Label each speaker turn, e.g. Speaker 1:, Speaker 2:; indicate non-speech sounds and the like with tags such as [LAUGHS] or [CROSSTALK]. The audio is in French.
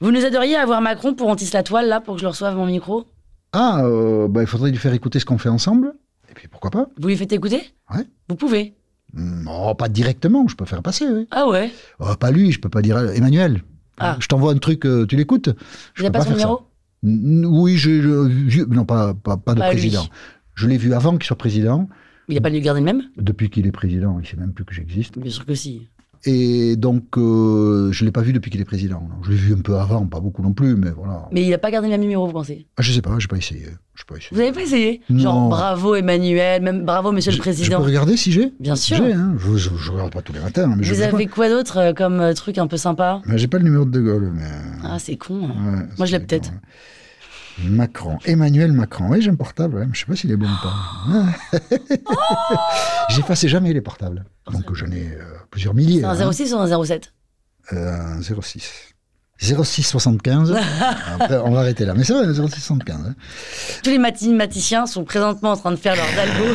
Speaker 1: Vous nous aideriez à avoir Macron pour Antis la Toile, là, pour que je le reçoive mon micro
Speaker 2: Ah, euh, bah, il faudrait lui faire écouter ce qu'on fait ensemble. Et puis pourquoi pas
Speaker 1: Vous lui faites écouter
Speaker 2: Ouais.
Speaker 1: Vous pouvez.
Speaker 2: Non, pas directement, je peux faire passer. oui.
Speaker 1: Ah ouais
Speaker 2: Euh, pas lui, je peux pas dire euh, Emmanuel.
Speaker 1: Ah.
Speaker 2: Je t'envoie un truc, euh, tu l'écoutes.
Speaker 1: Vous
Speaker 2: Je peux
Speaker 1: n'avez pas son
Speaker 2: faire ça.
Speaker 1: numéro
Speaker 2: N- Oui, je, je- je- non pas pas, pas de
Speaker 1: Pas lui.
Speaker 2: président. Je l'ai vu avant qu'il soit président.
Speaker 1: Il n'a pas dû garder le même
Speaker 2: Depuis qu'il est président, il sait même plus que j'existe.
Speaker 1: Bien sûr que si.
Speaker 2: Et donc, euh, je l'ai pas vu depuis qu'il est président. non. Je l'ai vu un peu avant, pas beaucoup non plus, mais voilà.
Speaker 1: Mais il n'a pas gardé le même numéro, vous pensez
Speaker 2: Ah, Je sais pas, j'ai pas essayé. J'ai pas essayé.
Speaker 1: Vous n'avez pas essayé Genre,
Speaker 2: Non.
Speaker 1: bravo Emmanuel, même bravo Monsieur
Speaker 2: Je-
Speaker 1: le
Speaker 2: Je
Speaker 1: Président.
Speaker 2: peux regarder si j'ai
Speaker 1: Bien sûr.
Speaker 2: J'ai, hein. Je, je, je regarde pas tous les matins, hein, mais je
Speaker 1: Vous
Speaker 2: sais
Speaker 1: avez quoi d'autre euh, comme euh, truc un peu sympa
Speaker 2: pas. Mais J'ai pas le numéro de De Gaulle, mais.
Speaker 1: Ah, c'est con. hein.
Speaker 2: ouais,
Speaker 1: Moi, je l'ai
Speaker 2: c'est-
Speaker 1: peut-être.
Speaker 2: Macron, Emmanuel Macron. Oui, j'ai un portable, ouais, mais je sais pas s'il est bon ou pas.
Speaker 1: [GASPS] Oh
Speaker 2: [LAUGHS] J'effaçais jamais les portables. Donc j'en ai euh, plusieurs milliers.
Speaker 1: C'est un
Speaker 2: hein.
Speaker 1: 06 ou un 07
Speaker 2: Euh, 06.
Speaker 1: [LAUGHS]
Speaker 2: 0675. Après, on va arrêter là. Mais c'est vrai, 0675. hein.
Speaker 1: Tous les mathématiciens sont présentement en train de faire leur dalgo.